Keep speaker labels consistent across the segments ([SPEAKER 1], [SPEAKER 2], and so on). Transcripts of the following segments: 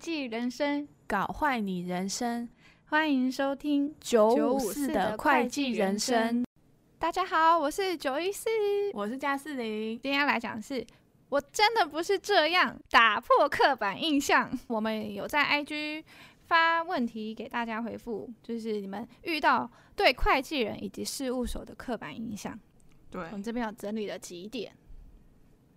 [SPEAKER 1] 计人生，
[SPEAKER 2] 搞坏你人生
[SPEAKER 1] 欢迎收听
[SPEAKER 2] 九五
[SPEAKER 1] 954
[SPEAKER 2] 四
[SPEAKER 1] 的
[SPEAKER 2] 的
[SPEAKER 1] 会
[SPEAKER 2] 会
[SPEAKER 1] 计
[SPEAKER 2] 计
[SPEAKER 1] 人
[SPEAKER 2] 人
[SPEAKER 1] 生
[SPEAKER 2] 生。
[SPEAKER 1] 大家好，我是九一四，
[SPEAKER 2] 我是加四零，
[SPEAKER 1] 今天来讲的是。我真的不是这样，打破刻板印象。我们有在 IG 发问题给大家回复，就是你们遇到对会计人以及事务所的刻板印象，
[SPEAKER 3] 对
[SPEAKER 1] 我，们这边有整理了几点。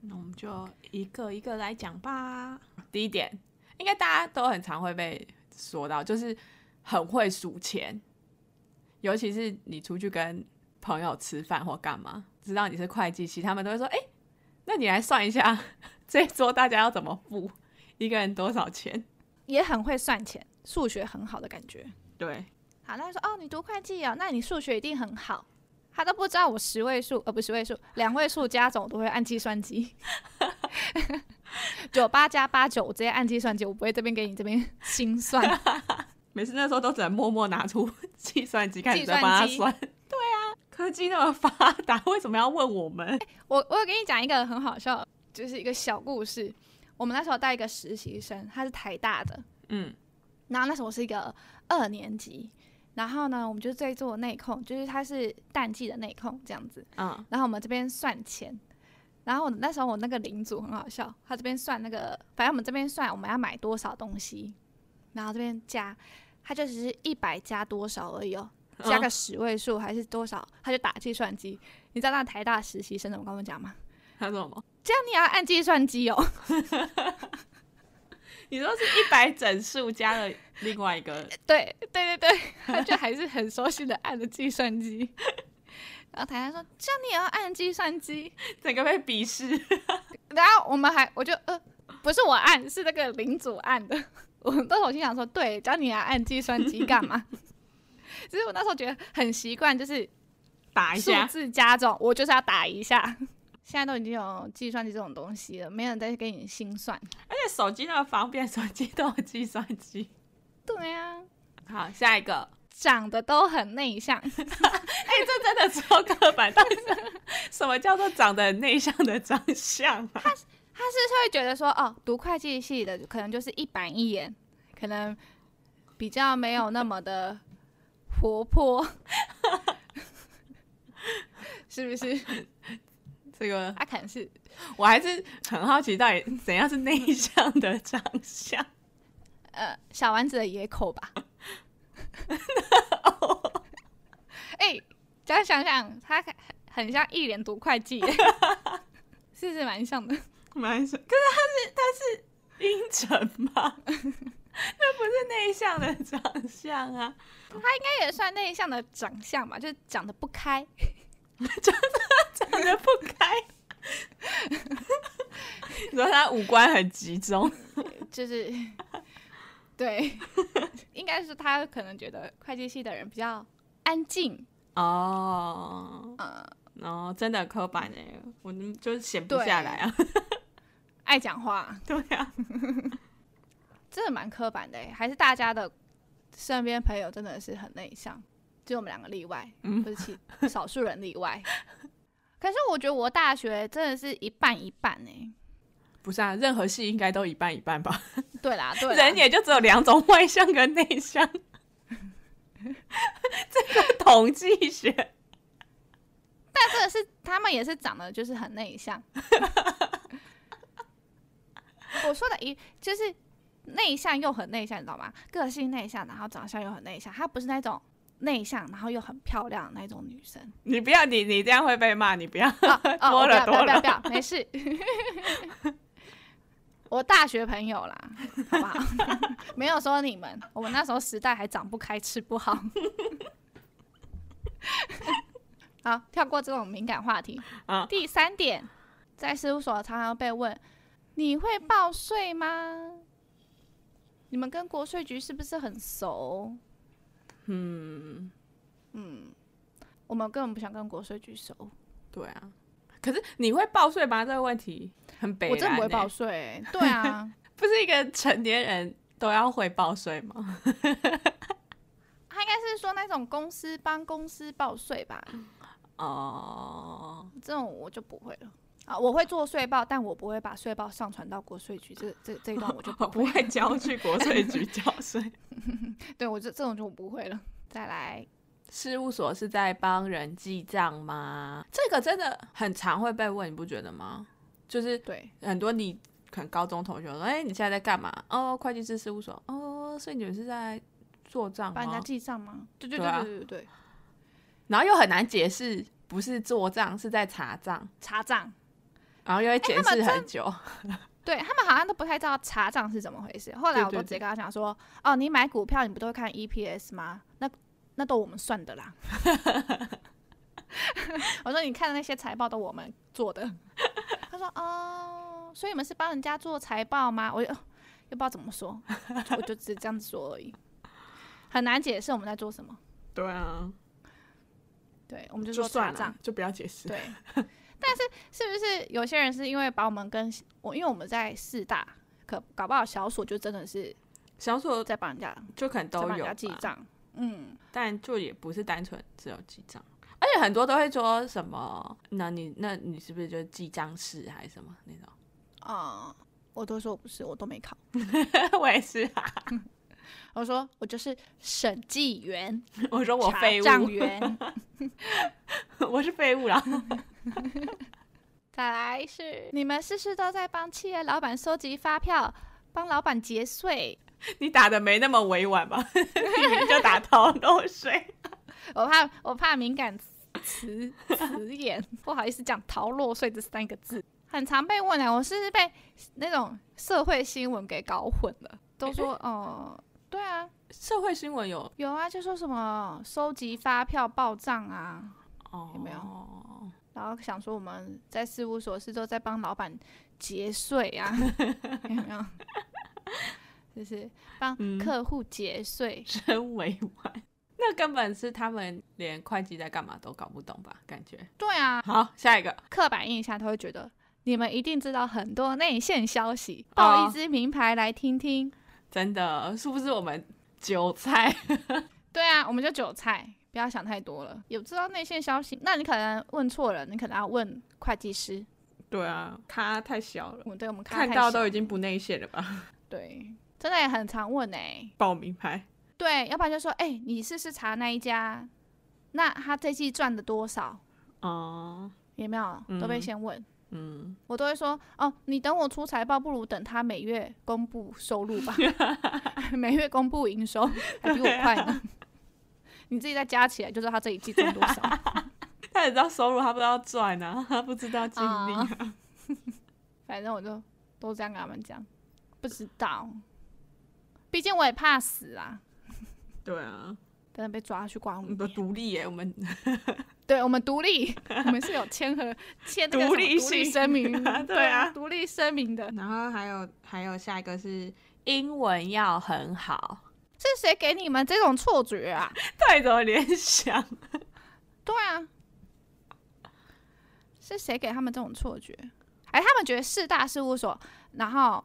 [SPEAKER 3] 那我们就一个一个来讲吧。第一点，应该大家都很常会被说到，就是很会数钱，尤其是你出去跟朋友吃饭或干嘛，知道你是会计系，他们都会说：“哎、那你来算一下 这一桌大家要怎么付，一个人多少钱
[SPEAKER 1] 也很会算钱，数学很好的感觉。？”
[SPEAKER 3] 对，
[SPEAKER 1] 好，那就说哦，你读会计啊，那你数学一定很好。他都不知道我十位数，呃，不是十位数，两位数加总我都会按计算机。 九八加八九，我直接按计算机，我不会这边给你这边心算。
[SPEAKER 3] 每次那时候都只能默默拿出 计算机开始在
[SPEAKER 1] 计算
[SPEAKER 3] 帮他
[SPEAKER 1] 机
[SPEAKER 3] 算。对啊，科技那么发达， 为什么要问我们？
[SPEAKER 1] 我我有跟你讲一个很好笑，就是一个小故事。我们那时候带一个实习生，他是台大的，
[SPEAKER 3] 嗯，
[SPEAKER 1] 然后那时候我是一个二年级，然后呢，我们就在做内控，就是他是淡季的内控这样子。
[SPEAKER 3] 嗯，
[SPEAKER 1] 然后我们这边算钱，然后我那时候我那个领主很好笑，他这边算那个，反正我们这边算我们要买多少东西，然后这边加，他就只是一百加多少而已哦，加
[SPEAKER 3] 嗯
[SPEAKER 1] 个十位数还是多少，他就打计算机。你知道那台大实习生怎么跟我们讲吗？
[SPEAKER 3] 他说什么？
[SPEAKER 1] 这样你也要按计算机哦，
[SPEAKER 3] 你说是一百整数加了另外一个，
[SPEAKER 1] 对对对对， 他就还是很熟悉的按了计算机。然后台大说：“这样你也要按计算机？”
[SPEAKER 3] 整个被鄙视。
[SPEAKER 1] 然后我们还，我就呃，不是我按，是那个领主按的。 我们那时候心想说，对，叫你来按计算机干嘛？ 只是我那时候觉得很习惯，就是
[SPEAKER 3] 打一
[SPEAKER 1] 数
[SPEAKER 3] 下，
[SPEAKER 1] 字加总，我就是要打一下。 现在都已经有计算机这种东西了，没有人再给你心算。
[SPEAKER 3] 而且手机那么方便，手机都有计算机。
[SPEAKER 1] 对啊，
[SPEAKER 3] 好，下一个，
[SPEAKER 1] 长得都很内向，
[SPEAKER 3] 哎、这真的超刻板，但是什么叫做长得很内向的长相啊？
[SPEAKER 1] 他是会觉得说，哦，读会计系的可能就是一板一眼，可能比较没有那么的活泼， 是不是？
[SPEAKER 3] 这个
[SPEAKER 1] 他可能是
[SPEAKER 3] 我还是很好奇，到底怎样是内向的长相？
[SPEAKER 1] 呃小丸子的野口吧？ 哎、这样想想，他很很像一脸读会计耶， 是不是蛮像的？
[SPEAKER 3] 蛮像，可是他是他是阴沉吗？那不是内向的长相啊。
[SPEAKER 1] 他也算内向的长相吧，就是讲的不开，
[SPEAKER 3] 看得不开。 你说他五官很集中，
[SPEAKER 1] 就是对，应该是他可能觉得会计系的人比较安静，
[SPEAKER 3] 哦，
[SPEAKER 1] 呃，
[SPEAKER 3] 然后真的刻板哎、我们就是闲不下来啊。
[SPEAKER 1] 爱讲话，
[SPEAKER 3] 对啊，
[SPEAKER 1] 真的蛮刻板的耶。欸还是大家的身边朋友真的是很内向，就我们两个例外，
[SPEAKER 3] 嗯
[SPEAKER 1] 不是其少数人例外。 可是我觉得我大学真的是一半一半欸呢。
[SPEAKER 3] 不是啊，任何戏应该都一半一半吧。
[SPEAKER 1] 对啦，对啦， 啊
[SPEAKER 3] 人也就只有两种，外向跟内向。 这个统计学，
[SPEAKER 1] 但真的是他们也是长得就是很内向。我说的一就是内向又很内向，你知道吗？个性内向，然后长相又很内向，她不是那种内向然后又很漂亮的那种女生。
[SPEAKER 3] 你不要你你这样会被骂，你不 要。
[SPEAKER 1] 哦哦，我不
[SPEAKER 3] 多了
[SPEAKER 1] 要不要
[SPEAKER 3] 多
[SPEAKER 1] 不要
[SPEAKER 3] 了
[SPEAKER 1] 不要，没事。 我大学朋友 啦，好不好？ 没有说你们，我们那时候时代还长不开，吃不好。 好，跳过这种敏感话题。
[SPEAKER 3] 啊
[SPEAKER 1] 第三点，在事务所常常被问：你会报税吗？你们跟国税局是不是很熟？
[SPEAKER 3] 嗯，
[SPEAKER 1] 我们根本不想跟国税局熟，
[SPEAKER 3] 对啊。可是你会报税吗？这个问题很北、欸。欸
[SPEAKER 1] 我真的不会报税、对啊，
[SPEAKER 3] 不是一个成年人都要会报税吗？
[SPEAKER 1] 他应该是说那种公司帮公司报税吧，
[SPEAKER 3] 哦，
[SPEAKER 1] 这种我就不会了。啊，我会做税报，但我不会把税报上传到国税局，这这这一段我就不会。
[SPEAKER 3] 哦会交去国税局交税。
[SPEAKER 1] 对我这这种就不会了。再来，
[SPEAKER 3] 事务所是在帮人记账吗？这个真的很常会被问，你不觉得吗？就是
[SPEAKER 1] 对
[SPEAKER 3] 很多你可能高中同学说：“哎、你现在在干嘛？”哦，会计师事务所。哦，所以你们是在做账
[SPEAKER 1] 帮人家
[SPEAKER 3] 吗？
[SPEAKER 1] 记账吗？对对
[SPEAKER 3] 对
[SPEAKER 1] 对
[SPEAKER 3] 啊
[SPEAKER 1] 对对对对，
[SPEAKER 3] 然后又很难解释，不是做账是在查账，
[SPEAKER 1] 查账。
[SPEAKER 3] 然后又会解
[SPEAKER 1] 他
[SPEAKER 3] 释
[SPEAKER 1] 们
[SPEAKER 3] 很久。
[SPEAKER 1] 对他们好像都不太知道查账是怎么回事。后来
[SPEAKER 3] 对
[SPEAKER 1] 我
[SPEAKER 3] 对
[SPEAKER 1] 都直接跟他讲说：“哦，你买股票你不都会看 EPS 吗？那那都我们算 的啦。”我说：“你看的那些财报都我们做的。”他说：“哦，所以你们是帮人家做财报吗？”我就、哦又不知道怎么说，我就只这样子说而已，很难解释我们在做什么。
[SPEAKER 3] 对啊，
[SPEAKER 1] 对，我们就说查账。，
[SPEAKER 3] 就不要解释。
[SPEAKER 1] 对， 但是是不是有些人是因为把我们跟我，因为我们在四大，可搞不好小所就真的是
[SPEAKER 3] 小所
[SPEAKER 1] 在帮人家
[SPEAKER 3] 就可能
[SPEAKER 1] 在
[SPEAKER 3] 都
[SPEAKER 1] 帮人
[SPEAKER 3] 有
[SPEAKER 1] 家记
[SPEAKER 3] 吧
[SPEAKER 1] 账，嗯，
[SPEAKER 3] 但就也不是单纯只有记账，而且很多都会说什么，那你那你是不是就记账式还是什么那种？
[SPEAKER 1] 啊、我都说我不是，我都没考，
[SPEAKER 3] 我也是啊，
[SPEAKER 1] 我说我就是审计员、
[SPEAKER 3] 我说我
[SPEAKER 1] 查
[SPEAKER 3] 废
[SPEAKER 1] 账
[SPEAKER 3] 物，
[SPEAKER 1] 员，
[SPEAKER 3] 我是废物啦。
[SPEAKER 1] 再来是你们事事都在帮企业老板收集发票，帮老板节税，
[SPEAKER 3] 你打的没那么委婉 吧？你就打头漏水。
[SPEAKER 1] 我怕我怕敏感词词眼，不好意思讲“逃落税”这三个字，很常被问啊。我是不是被那种社会新闻给搞混了，都说哦、对啊，
[SPEAKER 3] 社会新闻有
[SPEAKER 1] 有啊，就说什么收集发票报账啊，
[SPEAKER 3] 哦，
[SPEAKER 1] 有没有？然后想说我们在事务所是都在帮老板节税啊，有没有？ 就是帮
[SPEAKER 3] 嗯
[SPEAKER 1] 客户节税，
[SPEAKER 3] 真委婉，那根本是他们连会计在干嘛都搞不懂吧？感觉
[SPEAKER 1] 对啊，
[SPEAKER 3] 好，下一个
[SPEAKER 1] 刻板印象，他会觉得你们一定知道很多内线消息，
[SPEAKER 3] 哦
[SPEAKER 1] 报一支名牌来听听。
[SPEAKER 3] 真的是不是我们韭菜？
[SPEAKER 1] 对啊，我们就韭菜，不要想太多了。有知道内线消息，那你可能问错人，你可能要问会计师。
[SPEAKER 3] 对啊，咖太小了。
[SPEAKER 1] 我们对我们咖
[SPEAKER 3] 看
[SPEAKER 1] 太
[SPEAKER 3] 到
[SPEAKER 1] 小
[SPEAKER 3] 都已经不内线了吧？
[SPEAKER 1] 对，真的也很常问哎、
[SPEAKER 3] 报名牌，
[SPEAKER 1] 对，要不然就说哎、你试试查那一家，那他这季赚的多少？
[SPEAKER 3] 哦，
[SPEAKER 1] 有没有都被
[SPEAKER 3] 嗯
[SPEAKER 1] 先问。
[SPEAKER 3] 嗯，
[SPEAKER 1] 我都会说哦，你等我出财报，不如等他每月公布收入 吧，每月公布营收还比我快 呢。你自己再加起来就知道他这一季赚多少。
[SPEAKER 3] 他也知道收入，他不知道赚啊， 他不知道净利、啊。
[SPEAKER 1] 反正我就都这样跟他们讲，不知道，毕竟我也怕死啊，
[SPEAKER 3] 对啊，
[SPEAKER 1] 等等被抓去关
[SPEAKER 3] 我
[SPEAKER 1] 五
[SPEAKER 3] 们都
[SPEAKER 1] 年。
[SPEAKER 3] 独立耶，我们
[SPEAKER 1] 对我们独立，我们是有签和签那个什么
[SPEAKER 3] 独立
[SPEAKER 1] 独立
[SPEAKER 3] 性
[SPEAKER 1] 声明
[SPEAKER 3] 啊，对
[SPEAKER 1] 对
[SPEAKER 3] 啊
[SPEAKER 1] 独立声明的
[SPEAKER 3] 然后还有还有下一个是英文要很好，
[SPEAKER 1] 是谁给你们这种错觉啊？
[SPEAKER 3] 对着联想，
[SPEAKER 1] 对啊，是谁给他们这种错觉？哎，他们觉得四大事务所，然后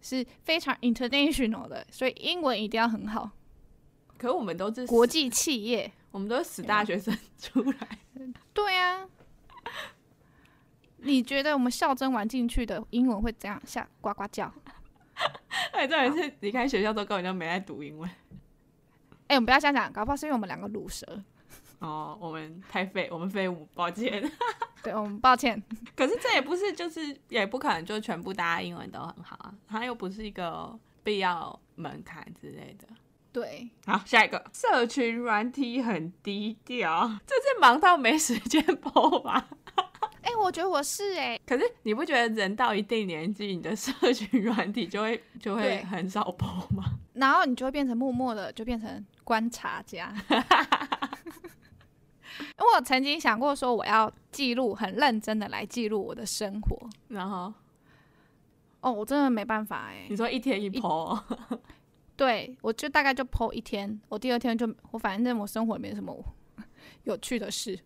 [SPEAKER 1] 是非常 international 的，所以英文一定要很好，
[SPEAKER 3] 可是我们都是
[SPEAKER 1] 国
[SPEAKER 3] 死，
[SPEAKER 1] 际企业。
[SPEAKER 3] 我们都是死大学生出来，
[SPEAKER 1] 对啊，你觉得我们校真玩进去的英文会怎样下呱呱叫？
[SPEAKER 3] 哎，重点是离开学校之后根本就没在读英文。
[SPEAKER 1] 哎，我们不要这样讲，搞不好是因为我们两个卤蛇。
[SPEAKER 3] 哦，我们太废，我们废物，抱歉。
[SPEAKER 1] 对我们抱歉，
[SPEAKER 3] 可是这也不是，就是也不可能就全部大家英文都很好啊，它又不是一个必要门槛之类的。
[SPEAKER 1] 对，
[SPEAKER 3] 好，下一个，社群软体很低调，这是忙到没时间播吧？
[SPEAKER 1] 哎，我觉得我是哎、
[SPEAKER 3] 可是你不觉得人到一定年纪，你的社群软体就会就会
[SPEAKER 1] 对
[SPEAKER 3] 很少播吗？
[SPEAKER 1] 然后你就会变成默默的，就变成观察家。 我曾经想过说，我要记录，很认真的来记录我的生活。
[SPEAKER 3] 然后
[SPEAKER 1] 哦，我真的没办法哎、
[SPEAKER 3] 你说一天一播哦、
[SPEAKER 1] 对，我就大概就 PO 一天，我第二天就我反正我生活也没什么有趣的事。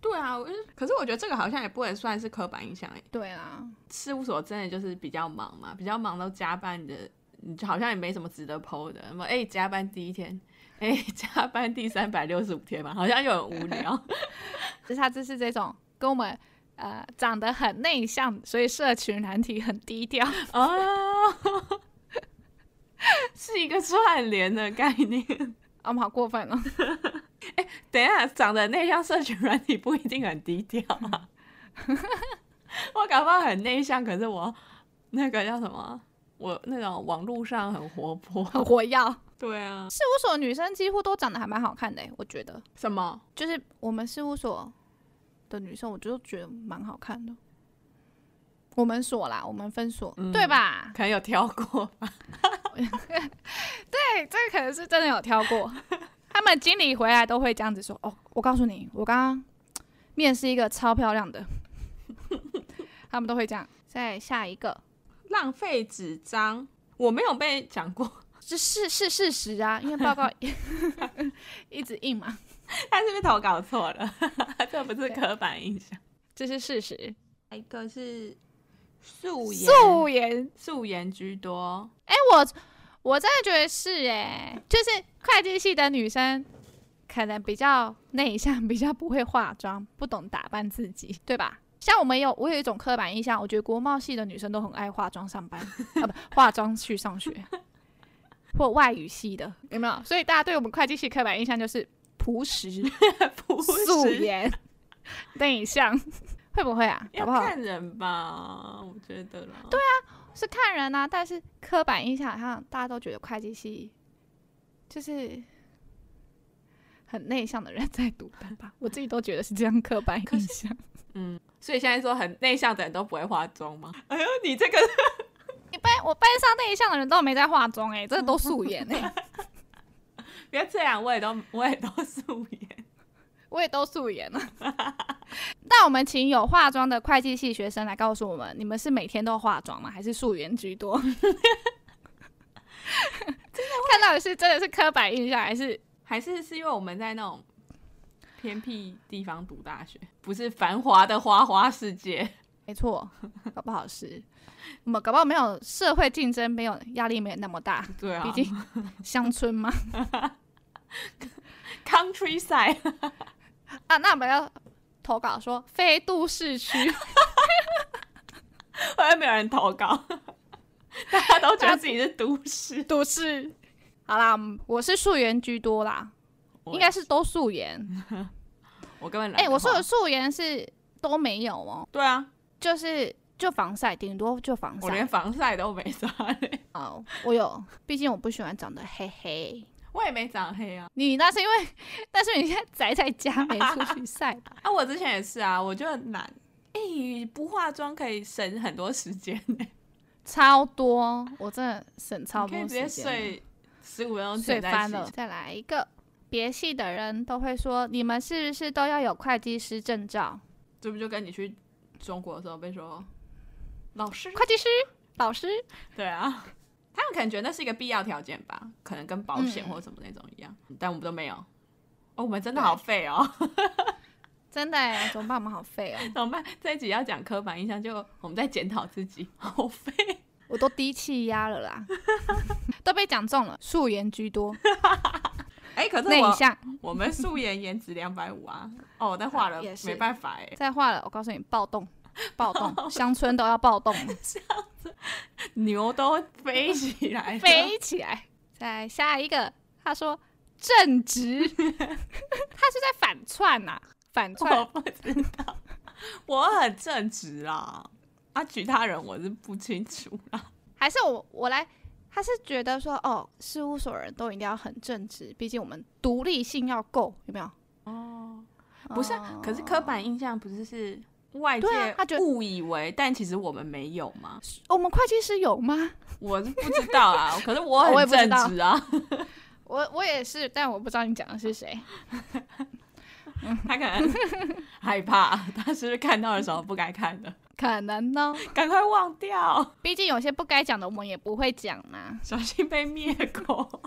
[SPEAKER 3] 对啊，我就可是我觉得这个好像也不能算是刻板印象哎。
[SPEAKER 1] 对啊，
[SPEAKER 3] 事务所真的就是比较忙嘛，比较忙都加班的，你就好像也没什么值得 PO 的。什么哎、加班第一天，哎、 加班第三百六十五天嘛，好像又很无聊。
[SPEAKER 1] 就是他就是这种跟我们呃长得很内向，所以社群难题很低调。
[SPEAKER 3] 哦， 是一个串联的概念。
[SPEAKER 1] 啊，我们好过分 哦！
[SPEAKER 3] 等一下，长得内向社群软体不一定很低调啊。 我搞不好很内向，可是我那个叫什么？我那种网络上很活泼。
[SPEAKER 1] 很火药，事
[SPEAKER 3] 对啊，
[SPEAKER 1] 务所女生几乎都长得还蛮好看的欸，我觉得。
[SPEAKER 3] 什么？
[SPEAKER 1] 就是我们事务所的女生，我就觉得蛮好看的。我们所啦，我们分所，
[SPEAKER 3] 嗯
[SPEAKER 1] 对吧？
[SPEAKER 3] 可能有挑过吧。
[SPEAKER 1] 对，哎这个可能是真的有挑过。 他们经理回来都会这样子说：“哦，我告诉你，我刚刚面试一个超漂亮的。”他们都会这样。再下一个，
[SPEAKER 3] 浪费纸张，我没有被讲过。
[SPEAKER 1] 这是是事实啊，因为报告 一直印嘛，
[SPEAKER 3] 他是不是投稿错了？ 这不是刻板印象。
[SPEAKER 1] 这是事实。
[SPEAKER 3] 一个是素颜，
[SPEAKER 1] 素颜
[SPEAKER 3] 素颜居多。
[SPEAKER 1] 哎、我我真的觉得是哎、就是会计系的女生可能比较内向， 比较不会化妆，不懂打扮自己，对吧？像我们有我有一种刻板印象，我觉得国贸系的女生都很爱化妆上班啊，不化妆去上学，或外语系的有没有？所以大家对我们会计系刻板印象就是朴实、
[SPEAKER 3] 不是
[SPEAKER 1] 素颜、 内向， 会不会啊？搞
[SPEAKER 3] 要
[SPEAKER 1] 不好
[SPEAKER 3] 看人吧，我觉得啦。对啊，
[SPEAKER 1] 是看人啊，但是刻板印象好像大家都觉得会计系就是很内向的人在读的吧，我自己都觉得是这样刻板印象。
[SPEAKER 3] 嗯，所以现在说很内向的人都不会化妆吗？ 哎呦，你这个
[SPEAKER 1] 你班我班上内向的人都没在化妆哎、欸，这都素颜哎、
[SPEAKER 3] 不要这样，我也都我也都素颜。
[SPEAKER 1] 我也都素颜啊。 那我们请有化妆的会计系学生来告诉我们，你们是每天都化妆吗？还是素颜居多？ 看到底是真的是刻板印象，还是
[SPEAKER 3] 还是是因为我们在那种偏僻地方读大学，不是繁华的花花世界。
[SPEAKER 1] 没错，搞不好是，我们搞不好没有社会竞争，没有压力，没有那么大，
[SPEAKER 3] 对啊，
[SPEAKER 1] 毕竟乡村嘛。
[SPEAKER 3] countryside
[SPEAKER 1] 啊，那我们要投稿说非都市 区，
[SPEAKER 3] 会不会没有人投稿？大家都觉得自己是都市，
[SPEAKER 1] 都市。好啦，嗯我是素颜居多啦，
[SPEAKER 3] 我
[SPEAKER 1] 应该是都素颜。
[SPEAKER 3] 我根本懒
[SPEAKER 1] 哎、
[SPEAKER 3] 得
[SPEAKER 1] 我说
[SPEAKER 3] 画
[SPEAKER 1] 的素颜是都没有哦，
[SPEAKER 3] 对啊，
[SPEAKER 1] 就是就防晒，顶多就防
[SPEAKER 3] 我
[SPEAKER 1] 晒
[SPEAKER 3] 连。防晒都没擦嘞，
[SPEAKER 1] 哦，我有，毕竟我不喜欢长得黑黑。
[SPEAKER 3] 我也没长黑啊。
[SPEAKER 1] 你那是因为， 但是你现在宅在家没出去晒吧？
[SPEAKER 3] 啊，我之前也是啊，我就很懒。哎、不化妆可以省很多时间呢、
[SPEAKER 1] 超多，我真的省超
[SPEAKER 3] 你
[SPEAKER 1] 多
[SPEAKER 3] 可以
[SPEAKER 1] 时
[SPEAKER 3] 直接
[SPEAKER 1] 间，
[SPEAKER 3] 睡十五分钟
[SPEAKER 1] 睡
[SPEAKER 3] 前再
[SPEAKER 1] 翻
[SPEAKER 3] 洗
[SPEAKER 1] 了。。再来一个，别系的人都会说，你们是不是都要有会计师证照？
[SPEAKER 3] 这不就跟你去中国的时候被说老师？
[SPEAKER 1] 会计师老师，
[SPEAKER 3] 对啊，他们可能觉得那是一个必要条件吧，可能跟保险
[SPEAKER 1] 嗯
[SPEAKER 3] 或什么那种一样，但我们都没有。哦，我们真的好废哦，
[SPEAKER 1] 真的哎，怎么办？我们好废哦，
[SPEAKER 3] 怎么办？这一集要讲刻板印象，就我们在检讨自己，好废。
[SPEAKER 1] 我都低气压了啦， 都被讲中了，素颜居多，
[SPEAKER 3] 哎、可是
[SPEAKER 1] 内
[SPEAKER 3] 我
[SPEAKER 1] 向。
[SPEAKER 3] 我们素颜颜值两百五啊，哦，但画了
[SPEAKER 1] 也是
[SPEAKER 3] 没办法哎、
[SPEAKER 1] 再画了，我告诉你，暴动，暴 动，乡村都要暴动了，
[SPEAKER 3] 牛都飞起来了，
[SPEAKER 1] 飞起来。再下一个，他说正直， 他是在反串呐、反串
[SPEAKER 3] 我不知道， 我很正直啦。啊，其他人我是不清楚啦。
[SPEAKER 1] 还是我我来，他是觉得说，哦，事务所人都一定要很正直，毕竟我们独立性要够，有没有？
[SPEAKER 3] 哦，不是啊、
[SPEAKER 1] 哦
[SPEAKER 3] 可是刻板印象不是是外界
[SPEAKER 1] 对啊他觉得
[SPEAKER 3] 误以为，但其实我们没有嘛。
[SPEAKER 1] 我们会计师有吗？
[SPEAKER 3] 我是不知道 啦，可是我
[SPEAKER 1] 我也
[SPEAKER 3] 很
[SPEAKER 1] 不知
[SPEAKER 3] 正
[SPEAKER 1] 道
[SPEAKER 3] 直啊。
[SPEAKER 1] 我我也是，但我不知道你讲的是谁。
[SPEAKER 3] 他可能害怕，他是不是看到了什么不该看的，
[SPEAKER 1] 可能呢，
[SPEAKER 3] 赶快忘掉，
[SPEAKER 1] 毕竟有些不该讲的我们也不会讲嘛。
[SPEAKER 3] 小心被灭口。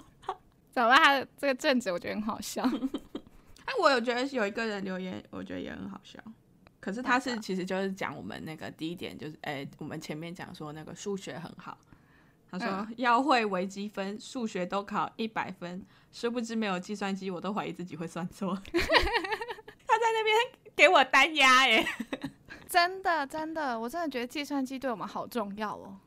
[SPEAKER 1] 怎么办？他的这个正直我觉得很好笑。
[SPEAKER 3] 哎，我有觉得有一个人留言，我觉得也很好笑。可是他是其实就是讲我们那个第一点，就是哎、我们前面讲说那个数学很好，他说、
[SPEAKER 1] 嗯
[SPEAKER 3] 要会微积分，数学都考一百分，殊不知没有计算机，我都 怀疑自己会算错。他在那边给我单压耶，哎
[SPEAKER 1] 真 真的真的，我真的觉得计算机对我们好重要哦。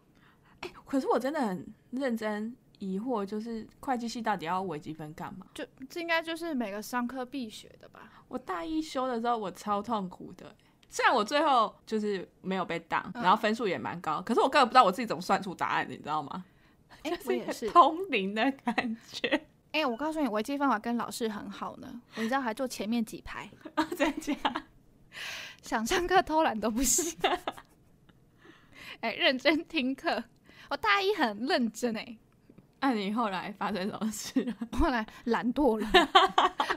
[SPEAKER 3] 哎、可是我真的很认真疑惑，就是会计系到底要微积分干嘛？
[SPEAKER 1] 就这应该就是每个商科必学的 吧？
[SPEAKER 3] 我大一修的时候，我超痛苦的。欸虽然我最后就是没有被当，
[SPEAKER 1] 嗯
[SPEAKER 3] 然后分数也蛮高，可是我根本不知道我自己怎么算出答案的，你知道吗？
[SPEAKER 1] 哎、
[SPEAKER 3] 就
[SPEAKER 1] 我
[SPEAKER 3] 是一
[SPEAKER 1] 也
[SPEAKER 3] 个
[SPEAKER 1] 是。
[SPEAKER 3] 通灵的感觉，
[SPEAKER 1] 哎、我告诉你，微积分我跟老师很好呢。我知道还坐前面几排，
[SPEAKER 3] 在家
[SPEAKER 1] 想上课偷懒都不行。 哎、认真听课。我大一很认真哎、
[SPEAKER 3] 那、你后来发生什么事啊了？
[SPEAKER 1] 后来懒惰了，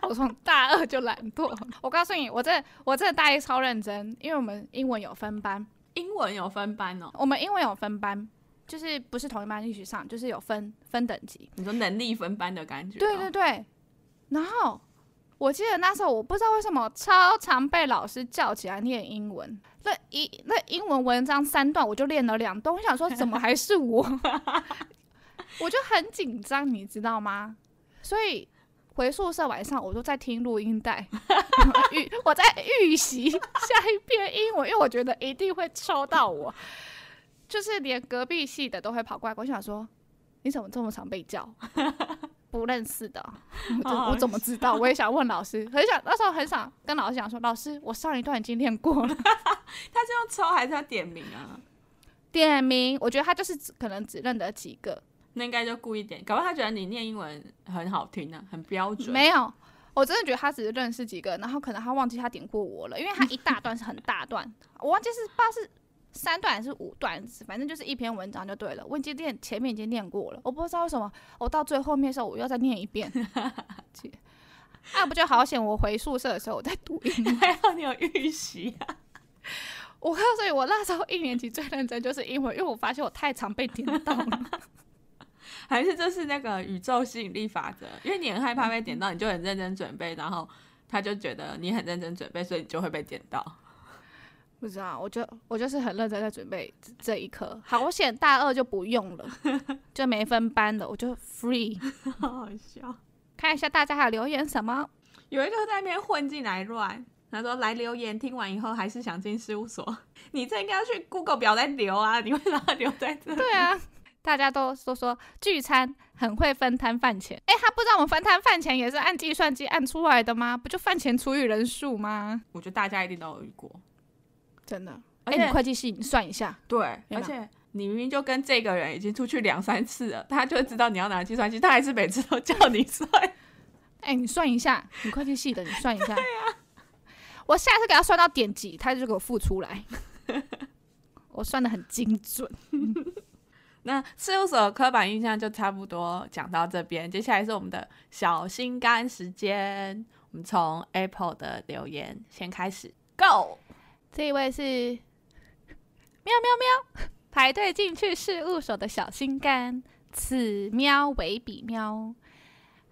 [SPEAKER 1] 我从大二就懒惰。我告诉你，我这我这大一超认真，因为我们英文有分班，
[SPEAKER 3] 英文有分班哦，
[SPEAKER 1] 我们英文有分班，就是不是同一班一起上，就是有分分等级。
[SPEAKER 3] 你说能力分班的感觉、哦
[SPEAKER 1] 对对，对，然后我记得那时候我不知道为什么超常被老师叫起来念英文，那一那英文文章三段我就练了两段，我想说怎么还是我， 我就很紧张，你知道吗？所以回宿舍晚上我都在听录音带， 预我在预习下一篇英文，因为我觉得一定会抽到我，就是连隔壁系的都会跑过来，我想说你怎么这么常被叫？不认识 的哦，我怎
[SPEAKER 3] 好
[SPEAKER 1] 我怎么知道？我也想问老师，很想那时候很想跟老师讲说，老师，我上一段已经练过 了。
[SPEAKER 3] 他是用抽还是要点名啊？
[SPEAKER 1] 点名，我觉得他就是只可能只认得几个，
[SPEAKER 3] 那应该就故意点，搞不好他觉得你念英文很好听啊，很标准。
[SPEAKER 1] 没有。我真的觉得他只是认识几个，然后可能他忘记他点过我了，因为他一大段是很大段，我忘记是不知道是三段还是五段，反正就是一篇文章就对了。我已经念前面已经念过了，我不知道为什么我到最后面的时候我又再念一 遍。气啊，不就好险！我回宿舍的时候我在读英文，
[SPEAKER 3] 还好你有预习啊，
[SPEAKER 1] 我告诉你，我那时候一年级最认真就是英文，因为我发现我太常被点到了。
[SPEAKER 3] 还是这是那个宇宙吸引力法则？因为你很害怕被点到，你就很认真准备，然后他就觉得你很认真准备，所以你就会被点到。
[SPEAKER 1] 不知道，我就我就是很认真在准备这这一科，好险大二就不用 了，就没分班了，我就 free。
[SPEAKER 3] 好好笑。
[SPEAKER 1] 看一下大家还有留言什么？
[SPEAKER 3] 有一个在那边混进来乱，他说来留言，听完以后还是想进事务所。 你这应该要去 Google 表单留啊，你为什么要留在这？
[SPEAKER 1] 对啊，大家都说说聚餐很会分摊饭钱，诶，他不知道我们分摊饭钱也是按计算机按出来的吗？不就饭钱除以人数吗？
[SPEAKER 3] 我觉得大家一定都有遇过，
[SPEAKER 1] 真的，
[SPEAKER 3] 而
[SPEAKER 1] 诶，
[SPEAKER 3] 且、
[SPEAKER 1] 你会计系你算一下，
[SPEAKER 3] 对，
[SPEAKER 1] 有吗
[SPEAKER 3] 而且你明明就跟这个人已经出去两三次了，他就知道你要拿计算机，他还是每次都叫你算。
[SPEAKER 1] 哎、你算一下，你会计系的，你算一下。对呀、我下次给他算到点几，他就给我付出来。我算的很精准。
[SPEAKER 3] 那事务所的刻板印象就差不多讲到这边，接下来是我们的小心肝时间。我们从 Apple 的留言先开始，Go！
[SPEAKER 1] 这一位是喵喵喵，排队进去事务所的小心肝，此喵为彼喵。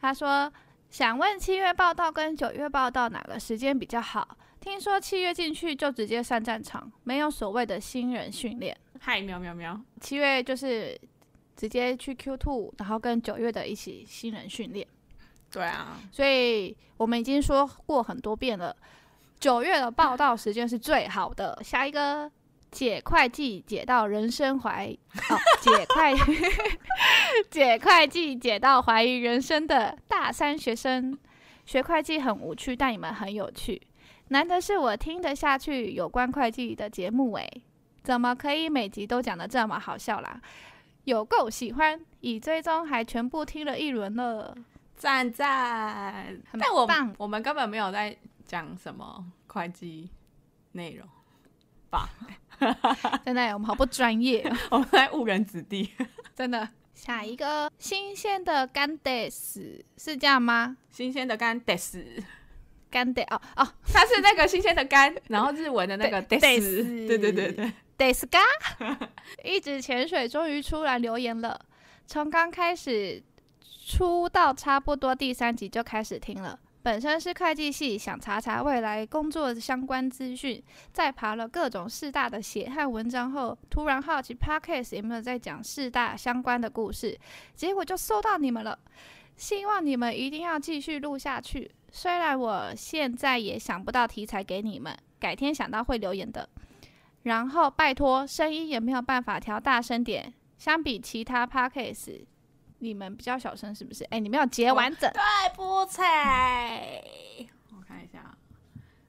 [SPEAKER 1] 他说想问七月报道跟九月报道哪个时间比较好？听说七月进去就直接上战场，没有所谓的新人训练。
[SPEAKER 3] 嗨，喵喵喵！
[SPEAKER 1] 七月就是直接去 Q two，然后跟九月的一起新人训练，
[SPEAKER 3] 对啊，
[SPEAKER 1] 所以我们已经说过很多遍了，九月的报道时间是最好的。下一个解会计解到人生怀疑，哦，解会 解会计解到怀疑人生的大三学生，学会计很无趣，但你们很有趣。难得是我听得下去有关会计的节目诶、怎么可以每集都讲得这么好笑啦？有够喜欢，已追踪还全部听了一轮了，
[SPEAKER 3] 赞赞！
[SPEAKER 1] 很
[SPEAKER 3] 但我
[SPEAKER 1] 棒
[SPEAKER 3] 们我们根本没有在讲什么会计内容，
[SPEAKER 1] 真的，我们好不专业、 哦，
[SPEAKER 3] 我们在误人子弟。
[SPEAKER 1] 真的。下一个新鲜的干爹死是这样吗？
[SPEAKER 3] 新鲜的干 des，
[SPEAKER 1] 干爹哦哦，
[SPEAKER 3] 它是那个新鲜的 干，然后日文的那个
[SPEAKER 1] Des-
[SPEAKER 3] des，对对对对，
[SPEAKER 1] 得斯嘎， 一直潜水，终于出来留言了。从刚开始出到差不多第三集就开始听了。本身是会计系，想查查未来工作相关资讯，在爬了各种师大的血汗文章后，突然好奇 Podcast 有没有在讲师大相关的故事，结果就搜到你们了。希望你们一定要继续录下去。虽然我现在也想不到题材给你们，改天想到会留言的。然后拜托，声音也没有办法调大声点，相比其他 podcast，你们比较小声是不是？哎、你没有截完整，
[SPEAKER 3] 对不起，哎我看一下，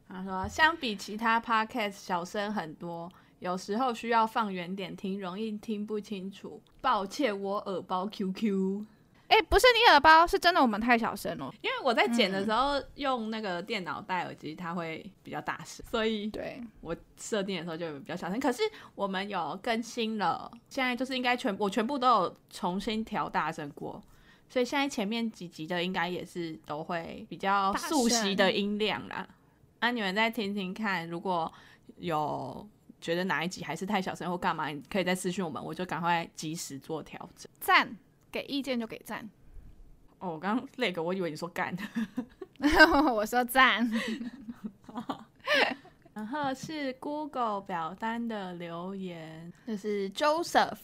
[SPEAKER 3] 他说相比其他 podcast 小声很多，有时候需要放远点听，容易听不清楚。抱歉，我耳包 QQ，
[SPEAKER 1] 哎、不是你耳包，是真的我们太小声哦了。
[SPEAKER 3] 因为我在剪的时候用那个电脑戴耳机，它会比较大声，所以
[SPEAKER 1] 对，
[SPEAKER 3] 我设定的时候就比较小声。可是我们有更新了，现在就是应该全我全部都有重新调大声过，所以现在前面几集的应该也是都会比较熟悉的音量啦。那、你们再听听看，如果有觉得哪一集还是太小声或干嘛，你可以再私讯我们，我就赶快及时做调整。
[SPEAKER 1] 赞，给意见就给赞。
[SPEAKER 3] 哦，我刚刚那个我以为你说干，
[SPEAKER 1] 我说 赞，
[SPEAKER 3] 然后是 Google 表单的留言，就是 Joseph。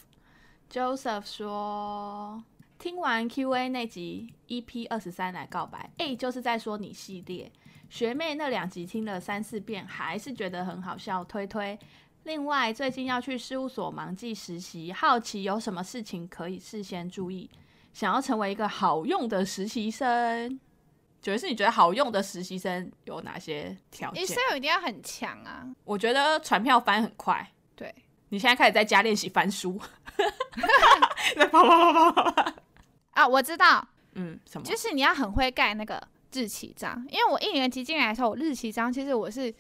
[SPEAKER 3] Joseph 说，听完 Q&A 那集 EP 二十三来告白，A 就是在说你系列学妹那两集听了三四遍，还是觉得很好笑，推推。另外，最近要去事务所忙季实习，好奇有什么事情可以事先注意，想要成为一个好用的实习生。九一是你觉得好用的实习生有哪些条件？
[SPEAKER 1] 你 s e 一定要很强啊。
[SPEAKER 3] 我觉得传票翻很快，
[SPEAKER 1] 对，
[SPEAKER 3] 你现在开始在家练习翻书，在啪啪啪啪啪啪。
[SPEAKER 1] 啊，我知道，
[SPEAKER 3] 嗯，什么？
[SPEAKER 1] 就是你要很会盖那个日期章，因为我一年级进来的时候，我日期章其实我是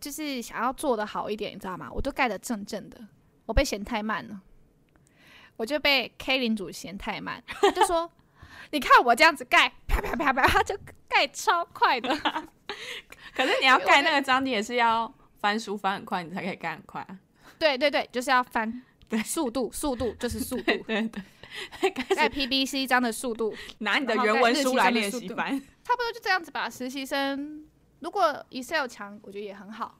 [SPEAKER 1] 就是想要做的好一点，你知道吗？我就盖的正正的，我被嫌太慢 了，我就被 K 领主嫌太慢，他就说你看我这样子盖，啪啪啪啪，他就盖超快 的，
[SPEAKER 3] 可是你要盖那个章，你也是要翻书翻很快，你才可以盖很快啊。
[SPEAKER 1] 对对对，就是要翻
[SPEAKER 3] 对。
[SPEAKER 1] 速度，速度就是速
[SPEAKER 3] 对
[SPEAKER 1] 度，
[SPEAKER 3] 对对，
[SPEAKER 1] 盖
[SPEAKER 3] 开
[SPEAKER 1] PBC 章的速度，
[SPEAKER 3] 始拿你的原文书来练习翻。
[SPEAKER 1] 差不多就这样子吧。实习生如果 Excel 强，我觉得也很好。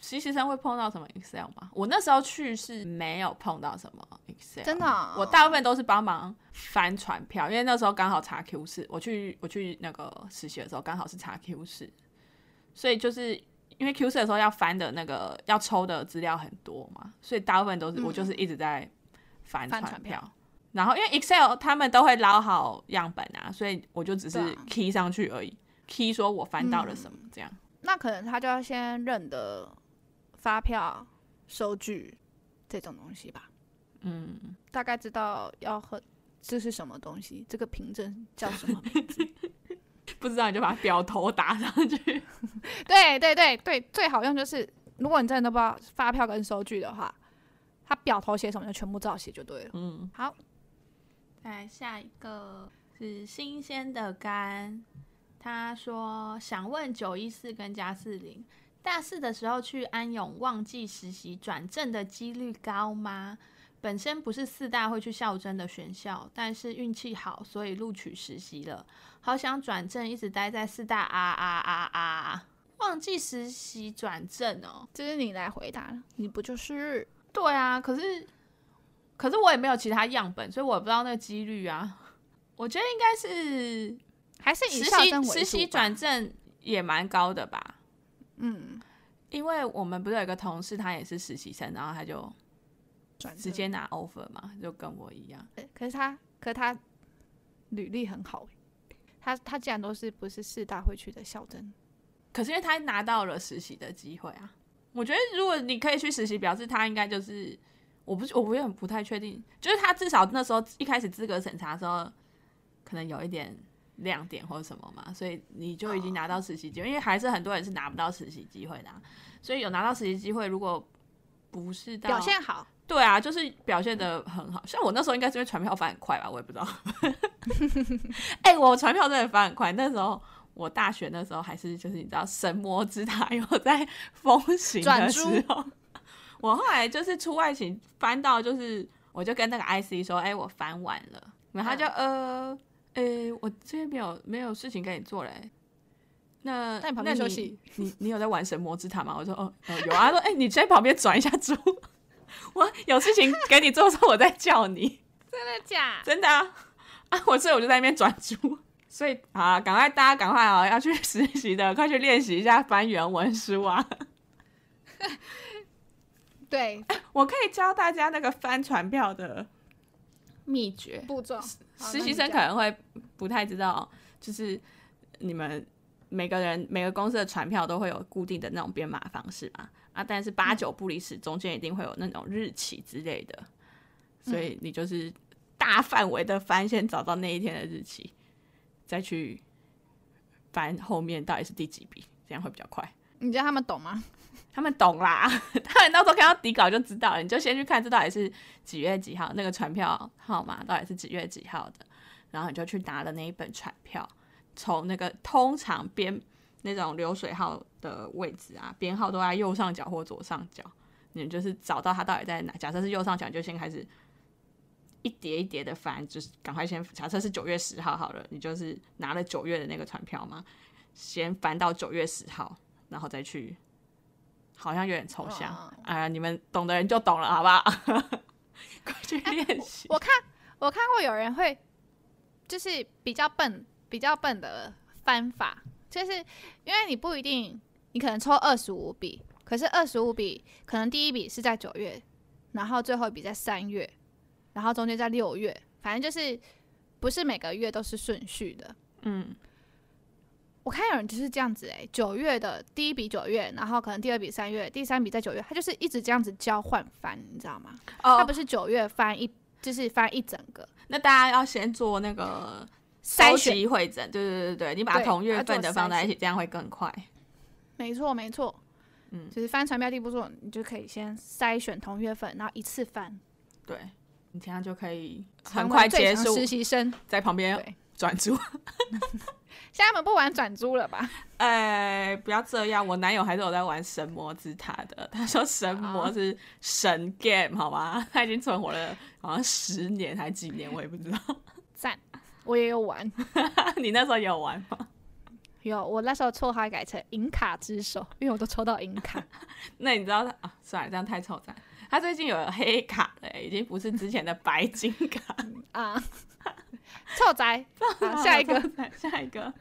[SPEAKER 3] 实习生会碰到什么 Excel 吗？我那时候去是没有碰到什么 Excel，
[SPEAKER 1] 真的哦
[SPEAKER 3] 我大部分都是帮忙翻传票，因为那时候刚好查 Q 四，我去我去那个实习的时候刚好是查 Q 四，所以就是因为 Q 四的时候要翻的那个要抽的资料很多嘛，所以大部分都是、我就是一直在翻
[SPEAKER 1] 嗯翻
[SPEAKER 3] 传
[SPEAKER 1] 传票
[SPEAKER 3] 然后因为 Excel 他们都会捞好样本啊，所以我就只
[SPEAKER 1] 对
[SPEAKER 3] 是
[SPEAKER 1] 啊嗯
[SPEAKER 3] key 上去而已，key 说我翻到了什么这样。
[SPEAKER 1] 那可能他就要先认得发票、收据这种东西吧，
[SPEAKER 3] 嗯，
[SPEAKER 1] 大概知道要和这是什么东西，这个凭证叫什 么名字。
[SPEAKER 3] 不知道你就把表头打上去。
[SPEAKER 1] 对对对对，最好用就是，如果你真的都不知道发票跟收据的话，他表头写什么就全部照写就对了。
[SPEAKER 3] 嗯，
[SPEAKER 1] 好，
[SPEAKER 3] 再下一个是新鲜的肝，他说想问九一四跟加四零，大四的时候去安永忘记实习转正的几率高吗？本身不是四大会去校征的学校，但是运气好，所以录取实习了。好想转正，一直待在四大啊啊啊啊！忘记实习转正哦，
[SPEAKER 1] 这是你来回答了，你不就是
[SPEAKER 3] 对啊，可是可是我也没有其他样本，所以我也不知道那个几率啊。我觉得应该是
[SPEAKER 1] 还是以
[SPEAKER 3] 实
[SPEAKER 1] 校正
[SPEAKER 3] 习
[SPEAKER 1] 为主
[SPEAKER 3] 实习
[SPEAKER 1] 吧
[SPEAKER 3] 转正也蛮高的吧？
[SPEAKER 1] 嗯
[SPEAKER 3] 因为我们不是有一个同事，他也是实习生，然后他就
[SPEAKER 1] 转
[SPEAKER 3] 直
[SPEAKER 1] 正
[SPEAKER 3] 接拿 offer 嘛，就跟我一样。
[SPEAKER 1] 对可是他，可是他履历很好欸，他他竟然都是不是四大会去的校征，
[SPEAKER 3] 可是因为他拿到了实习的机会啊，我觉得如果你可以去实习，表示他应该就是我不我不是很不太确定，就是他至少那时候一开始资格审查的时候，可能有一点亮点或者什么嘛，所以你就已经拿
[SPEAKER 1] 哦
[SPEAKER 3] 到实习机会，因为还是很多人是拿不到实习机会的啊、所以有拿到实习机会，如果不是到
[SPEAKER 1] 表现好，
[SPEAKER 3] 对啊，就是表现的很好。像我那时候应该是因为传票翻很快吧，我也不知道。 哎、我传票真的翻很快。那时候我大学那时候还是就是你知道神魔之塔有在风行的
[SPEAKER 1] 转
[SPEAKER 3] 时
[SPEAKER 1] 租
[SPEAKER 3] 候，我后来就是出外勤翻到就是我就跟那个 IC 说，哎、我翻完了，然后他就、
[SPEAKER 1] 嗯
[SPEAKER 3] 呃呃、我这边没有没有事情跟你做嘞、那
[SPEAKER 1] 在你旁边
[SPEAKER 3] 那
[SPEAKER 1] 休息
[SPEAKER 3] 你你有在玩神魔之塔吗？我说哦哦有啊。他说哎、你在旁边转一下猪， 我有事情给你做的时候我再叫你，
[SPEAKER 1] 真的假？
[SPEAKER 3] 真的啊啊！我所以我就在那边转猪，所以啊，赶快大家赶快啊、要去实习的，快去练习一下翻原文书啊。
[SPEAKER 1] 对，
[SPEAKER 3] 我可以教大家那个翻船票的秘诀。
[SPEAKER 1] 步骤。好
[SPEAKER 3] 实习生可，能会不太知道，就是你们每个人每个公司的船票都会有固定的那种编码方式嘛，啊，但是八九不离十，中间一定会有那种日期之类的，所以你就是大范围的翻，先找到那一天的日期，再去翻后面到底是第几笔，这样会比较快。
[SPEAKER 1] 那你讲你觉得他们懂吗？
[SPEAKER 3] 他们懂啦，他们到时候看到底稿就知道了。你就先去看这到底是几月几号，那个船票号码到底是几月几号的，然后你就去拿了那一本船票，从那个通常编那种流水号的位置啊，编号都在右上角或左上角，你就是找到它到底在哪。假设是右上角，你就先开始一叠一叠的翻，就是赶快先假设是九月十号好了，你就是拿了九月的那个船票嘛，先翻到九月十号，然后再去。好像有点抽象啊、
[SPEAKER 1] 嗯
[SPEAKER 3] 你们懂的人就懂了，好不好？ 快去练习。
[SPEAKER 1] 我看我看过有人会，就是比较笨、比较笨的翻法，就是因为你不一定，你可能抽二十五笔，可是二十五笔可能第一笔是在九月，然后最后一笔在三月，然后中间在六月，反正就是不是每个月都是顺序的。
[SPEAKER 3] 嗯，
[SPEAKER 1] 我看有人就是这样子哎、九月的第一笔九月，然后可能第二笔三月，第三笔在九月，他就是一直这样子交换翻，你知道吗？他
[SPEAKER 3] 哦
[SPEAKER 1] 不，是九月翻一，就是翻一整个，
[SPEAKER 3] 那大家要先做那个
[SPEAKER 1] 筛
[SPEAKER 3] 收
[SPEAKER 1] 选，
[SPEAKER 3] 集会诊，对对对对，你把
[SPEAKER 1] 对
[SPEAKER 3] 同月
[SPEAKER 1] 要做
[SPEAKER 3] 份的放在一起，这样会更快。
[SPEAKER 1] 没错没错，
[SPEAKER 3] 嗯
[SPEAKER 1] 就是翻船标的步骤，你就可以先筛选同月份，然后一次翻，
[SPEAKER 3] 对，你这样就可以
[SPEAKER 1] 成
[SPEAKER 3] 很
[SPEAKER 1] 为
[SPEAKER 3] 快
[SPEAKER 1] 最
[SPEAKER 3] 结
[SPEAKER 1] 强
[SPEAKER 3] 束
[SPEAKER 1] 实，习生，
[SPEAKER 3] 在旁
[SPEAKER 1] 对
[SPEAKER 3] 边转租。
[SPEAKER 1] 现在他们不玩转租了吧？
[SPEAKER 3] 哎，不要这样，我男友还是有在玩神魔之塔的。他说神魔
[SPEAKER 1] 啊
[SPEAKER 3] 是神 game 好吗？他已经存活了好像十年还几年，我也不知道。
[SPEAKER 1] 赞，我也有玩，
[SPEAKER 3] 你那时候有玩吗？
[SPEAKER 1] 有我那时候绰号还改成银卡之手，因为我都抽到银 卡，
[SPEAKER 3] 那你知道他啊？算了，这样太臭赞。他最近有黑卡了、欸已经不是之前的白金卡。
[SPEAKER 1] 啊，臭宅， 好下一个，
[SPEAKER 3] 下一个，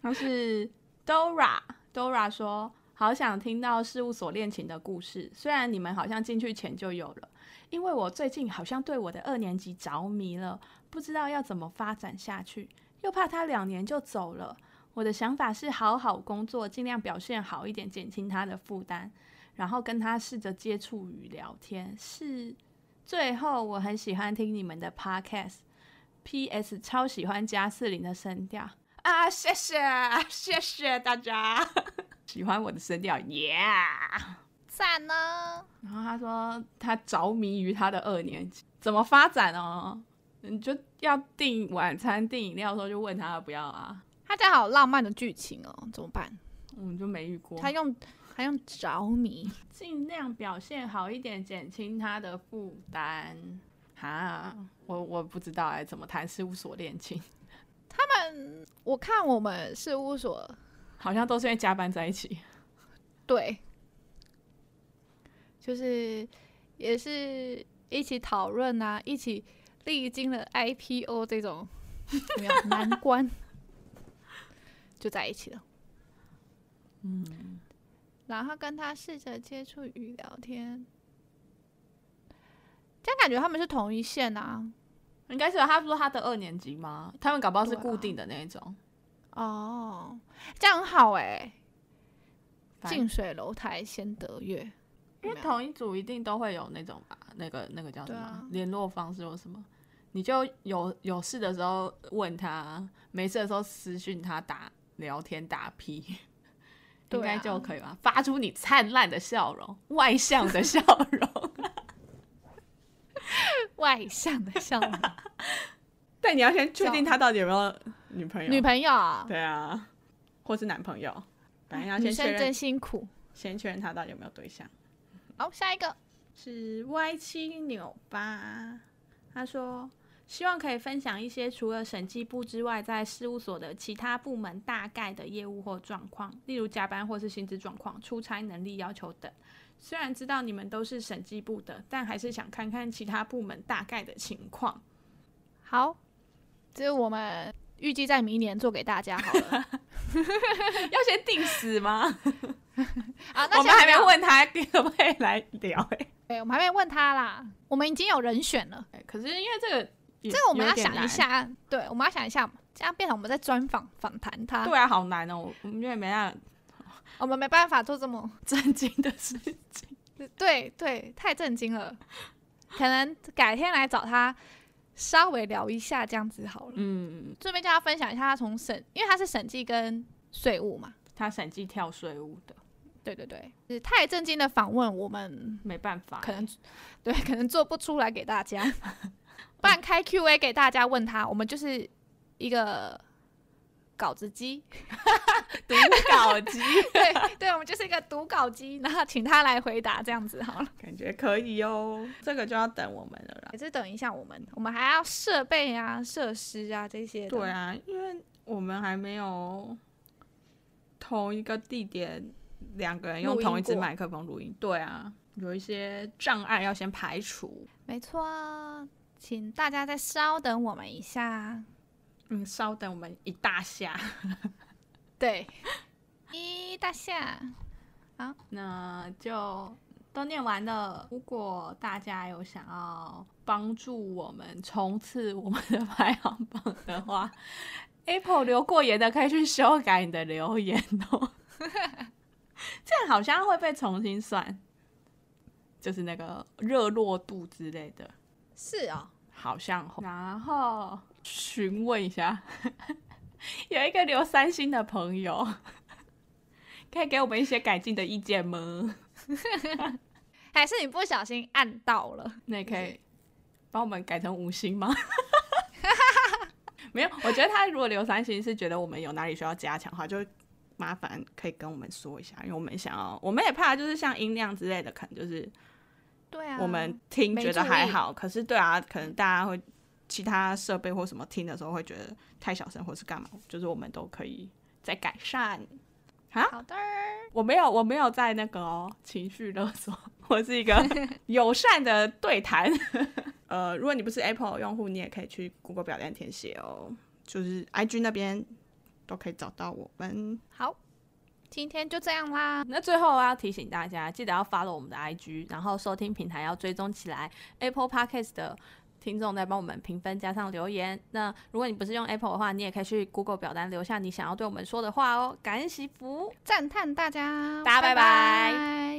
[SPEAKER 3] 他是 Dora。Dora 说：“好想听到事务所恋情的故事，虽然你们好像进去前就有了，因为我最近好像对我的二年级着迷了，不知道要怎么发展下去，又怕他两年就走了。我的想法是好好工作，尽量表现好一点，减轻他的负担，然后跟他试着接触与聊天。是，最后我很喜欢听你们的 podcast。” P.S. 超喜欢加四零的声调啊！谢谢谢谢大家， 喜欢我的声调耶
[SPEAKER 1] 赞哦呢？
[SPEAKER 3] 然后他说他着迷于他的二年级，怎么发展哦？你就要订晚餐、订饮料的时候就问他要不要啊？
[SPEAKER 1] 他家好浪漫的剧情哦，怎么办？
[SPEAKER 3] 我们就没遇过。
[SPEAKER 1] 他用他用着迷，
[SPEAKER 3] 尽量表现好一点，减轻他的负担。哈，我我不知道哎、怎么谈事务所恋情？
[SPEAKER 1] 我看我们事务所
[SPEAKER 3] 好像都是因为加班在一起。
[SPEAKER 1] 对，就是也是一起讨论啊，一起历经了 IPO 这 种有没有难关，就在一起了。
[SPEAKER 3] 嗯，
[SPEAKER 1] 然后跟他试着接触与聊天，这样感觉他们是同一线啊。
[SPEAKER 3] 应该是吧？他不是说他的二年级吗？他们搞不好是
[SPEAKER 1] 对啊
[SPEAKER 3] 固定的那一种。
[SPEAKER 1] 哦，这样很好哎、
[SPEAKER 3] 反
[SPEAKER 1] 近水楼台先得月，有
[SPEAKER 3] 因为
[SPEAKER 1] 没有
[SPEAKER 3] 同一组一定都会有那种吧，那个那个叫什
[SPEAKER 1] 对
[SPEAKER 3] 么
[SPEAKER 1] 啊
[SPEAKER 3] 联、络方式或什么，你就有有事的时候问他，没事的时候私讯他打聊天打 屁，
[SPEAKER 1] 对
[SPEAKER 3] 应
[SPEAKER 1] 啊
[SPEAKER 3] 该就可以吧？发出你灿烂的笑容，外向的笑容。
[SPEAKER 1] 外向的笑容
[SPEAKER 3] 但你要先
[SPEAKER 1] 确定
[SPEAKER 3] 他到底有没有女 朋
[SPEAKER 1] 女朋友啊，
[SPEAKER 3] 对啊，或是男朋友，反正要
[SPEAKER 1] 女生真辛苦。
[SPEAKER 3] 先确认他到底有没有对象。
[SPEAKER 1] 好，下一个。
[SPEAKER 3] 是 Y 七纽吧。他说希望可以分享一些除了审计部之外，在事务所的其他部门大概的业务或状况，例如加班或是薪资状况、出差能力要求等。虽然知道你们都是审计部的，但还是想看看其他部门大概的情况。
[SPEAKER 1] 好，这是我们预计在明年做给大家好 了。
[SPEAKER 3] 要先定死吗？
[SPEAKER 1] 啊，那
[SPEAKER 3] 我
[SPEAKER 1] 现
[SPEAKER 3] 们
[SPEAKER 1] 在
[SPEAKER 3] 还
[SPEAKER 1] 不
[SPEAKER 3] 没
[SPEAKER 1] 要，
[SPEAKER 3] 问他可不可以来聊哎、
[SPEAKER 1] 对，我们还没问他啦。我们已经有人选了，
[SPEAKER 3] 可是因为这个也，
[SPEAKER 1] 这个我们要
[SPEAKER 3] 有点
[SPEAKER 1] 想一
[SPEAKER 3] 难。
[SPEAKER 1] 下，对，我们要想一下，这样变成我们在专访访谈他，
[SPEAKER 3] 对啊，好难哦，我我们有点没那
[SPEAKER 1] 我们没办法做这么
[SPEAKER 3] 震惊的事情。
[SPEAKER 1] 对对，太震惊了。可能改天来找他稍微聊一下，这样子好了。
[SPEAKER 3] 嗯，
[SPEAKER 1] 顺便叫他分享一下他从审，因为他是审计跟税务嘛。
[SPEAKER 3] 他审计跳税务的，
[SPEAKER 1] 对对对，就是太震惊的访问，我们
[SPEAKER 3] 没办法欸，
[SPEAKER 1] 可能对可能做不出来给大家， 不然开 Q&A 给大家问他，我们就是一个稿子机，
[SPEAKER 3] 读稿机
[SPEAKER 1] 对对，我们就是一个读稿机，然后请他来回答这样子好了。
[SPEAKER 3] 感觉可以哦，这个就要等我们了啦。
[SPEAKER 1] 也是等一下我们，我们还要设备啊、设施啊这些的。
[SPEAKER 3] 对啊，因为我们还没有同一个地点，两个人用
[SPEAKER 1] 录音
[SPEAKER 3] 同一支
[SPEAKER 1] 过
[SPEAKER 3] 麦克风录音。对啊，有一些障碍要先排除。
[SPEAKER 1] 没错，哦请大家再稍等我们一下。
[SPEAKER 3] 嗯，稍等我们一大下。
[SPEAKER 1] 对， 一大夏，
[SPEAKER 3] 那就都念完了。如果大家有想要帮助我们冲刺我们的排行榜的话，Apple 留过言的可以去修改你的留言哦。 这样好像会被重新算，就是那个热络度之类的，
[SPEAKER 1] 是哦，
[SPEAKER 3] 好像会。然后询问一下，有一个留三星的朋友，可以给我们一些改进的意见吗？
[SPEAKER 1] 还是你不小心按到了？
[SPEAKER 3] 那你可以帮我们改成五星吗？ 没有，我觉得他如果留三星是觉得我们有哪里需要加强的话，就麻烦可以跟我们说一下，因为我们想要，我们也怕就是像音量之类的，可能就是
[SPEAKER 1] 对啊，
[SPEAKER 3] 我们听
[SPEAKER 1] 没
[SPEAKER 3] 觉得
[SPEAKER 1] 注
[SPEAKER 3] 还
[SPEAKER 1] 意
[SPEAKER 3] 好，可是对啊，可能大家会其他设备或什么听的时候会觉得太小声，或是干嘛，就是我们都可以再改善。啊
[SPEAKER 1] 好的，
[SPEAKER 3] 我没有，我没有在那个、哦、情绪勒索，我是一个 友善的对谈。 呃，如果你不是 Apple 用户，你也可以去 Google 表单填写哦，就是 IG 那边都可以找到我们。
[SPEAKER 1] 好，今天就这样啦。
[SPEAKER 3] 那最后要提醒大家，记得要 follow 我们的 IG，然后收听平台要追踪起来。Apple Podcast 的听众在帮我们评分加上留言。那如果你不是用 Apple 的话，你也可以去 Google 表单留下你想要对我们说的话哦。感恩惜福。
[SPEAKER 1] 赞叹大家，
[SPEAKER 3] 大家拜拜
[SPEAKER 1] 拜